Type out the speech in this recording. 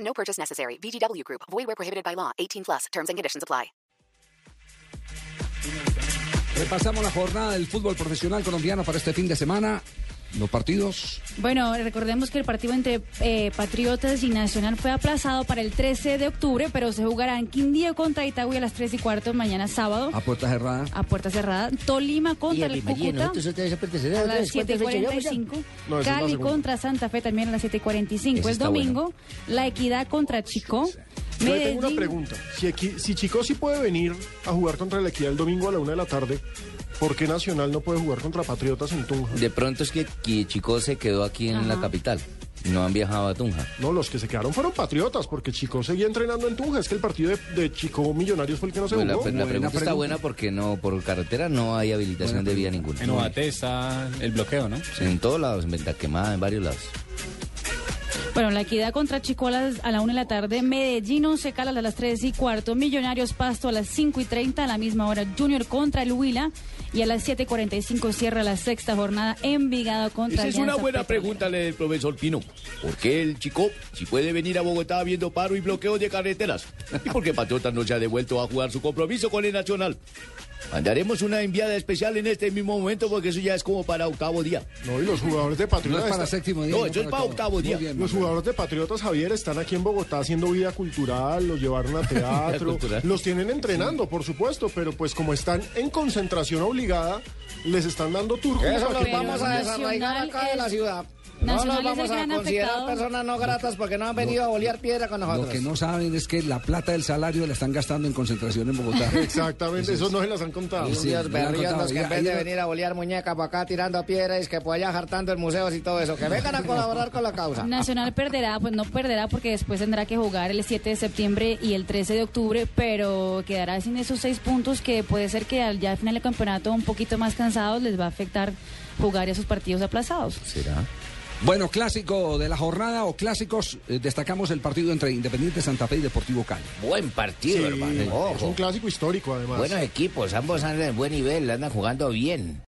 No purchase necessary. VGW Group. Void where prohibited by law. 18 plus. Terms and conditions apply. Repasamos la jornada del fútbol profesional colombiano para este fin de semana. Los partidos. Bueno, recordemos que el partido entre eh, Patriotas y Nacional fue aplazado para el 13 de octubre, pero se jugarán Quindío contra Itagüí a las 3 y cuarto mañana sábado. Ah. A puerta cerrada. A puerta cerrada. Tolima contra el, Cúcuta a las 7 y 45. Cali contra Santa Fe también a las 7 y 45. Ese El está domingo, La Equidad contra Chico. Yo le tengo una Medellín- pregunta. Si, equi- si Chico sí puede venir a jugar contra la Equidad el domingo a la una de la tarde, ¿por qué Nacional no puede jugar contra Patriotas en Tunja? De pronto es que Qui- Chico se quedó aquí en la capital. No han viajado a Tunja. No, los que se quedaron fueron Patriotas, porque Chico seguía entrenando en Tunja. Es que el partido de, de Chico Millonarios fue el que no se Pues la, jugó. la pregunta, está pregunta. buena porque no por carretera no hay habilitación de vía ninguna. En Ubaté está el bloqueo, ¿no? En todos lados, en Venta Quemada, en varios lados. Bueno, la equidad contra Chico a las- a la 1 de la tarde, Medellín, Once Caldas a las 3 y cuarto, Millonarios Pasto a las 5 y 30, a la misma hora Junior contra el Huila y a las 7 y 45 cierra la sexta jornada Envigado contra Esa es Alianza una buena Petrolera. pregunta del profesor Pino. ¿Por qué el chico, si puede venir a Bogotá viendo paro y bloqueo de carreteras? ¿Y por qué Patriotas no se ha devuelto a jugar su compromiso con el Nacional? Mandaremos una enviada especial en este mismo momento porque eso ya es como para octavo día. No, y los jugadores de No es Patriotas. para están- séptimo día. No, eso es para todo. octavo Muy día. bien, Los Manuel. jugadores de Patriotas, Javier, están aquí en Bogotá haciendo vida cultural, los llevaron a teatro, cultural. los tienen entrenando, por supuesto, pero pues como están en concentración obligada, les están dando turcos. Eso aquí. los vamos a Nacional desarraigar acá de la es- ciudad. No Nacional los es el vamos a gran considerar afectado. personas no gratas porque no han venido a bolear piedra con Lo nosotros. que no saben es que la plata del salario la están gastando en concentración en Bogotá. Exactamente, eso no se las han contado. Sí, Indios me lo han contado. berriondos que Ya, en vez ya- de venir a bolear muñecas para acá tirando piedras, que por allá jartando en museos y todo eso, que vengan a colaborar con la causa. Nacional perderá, pues no perderá porque después tendrá que jugar el 7 de septiembre y el 13 de octubre, pero quedará sin esos seis puntos que puede ser que al, ya al final del campeonato un poquito más cansados les va a afectar jugar esos partidos aplazados. ¿Será? Bueno, clásico de la jornada o clásicos, eh, destacamos el partido entre Independiente Santa Fe y Deportivo Cali. Buen partido, Sí, hermano. Es un clásico histórico, además. Buenos equipos, ambos andan en buen nivel, andan jugando bien.